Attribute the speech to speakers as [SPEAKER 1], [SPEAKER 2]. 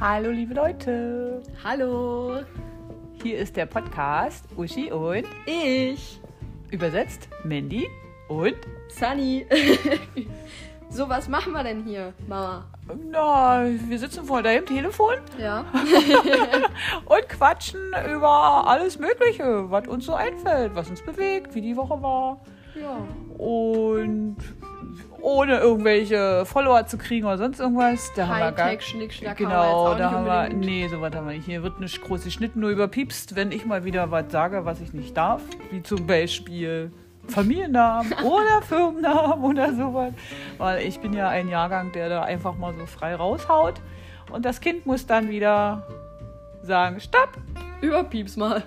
[SPEAKER 1] Hallo liebe Leute,
[SPEAKER 2] Hallo,
[SPEAKER 1] hier ist der Podcast Uschi und
[SPEAKER 2] ich,
[SPEAKER 1] übersetzt Mandy und
[SPEAKER 2] Sunny. so, was machen wir denn hier, Mama?
[SPEAKER 1] na, wir sitzen vor deinem Telefon
[SPEAKER 2] Ja.
[SPEAKER 1] und quatschen über alles Mögliche, was uns so einfällt, was uns bewegt, wie die Woche war
[SPEAKER 2] ja.
[SPEAKER 1] und ohne irgendwelche Follower zu kriegen oder sonst irgendwas. Da haben wir gar
[SPEAKER 2] Hightech, Schnickschnack
[SPEAKER 1] Genau,
[SPEAKER 2] haben wir
[SPEAKER 1] da
[SPEAKER 2] jetzt auch
[SPEAKER 1] haben
[SPEAKER 2] nicht
[SPEAKER 1] wir.
[SPEAKER 2] unbedingt.
[SPEAKER 1] Nee, sowas haben wir nicht. Hier wird nicht groß geschnitten, nur überpiepst, wenn ich mal wieder was sage, was ich nicht darf. Wie zum Beispiel Familiennamen oder Firmennamen oder sowas. Weil ich bin ja ein Jahrgang, der da einfach mal so frei raushaut. Und das Kind muss dann wieder sagen: Stopp!
[SPEAKER 2] Überpieps mal.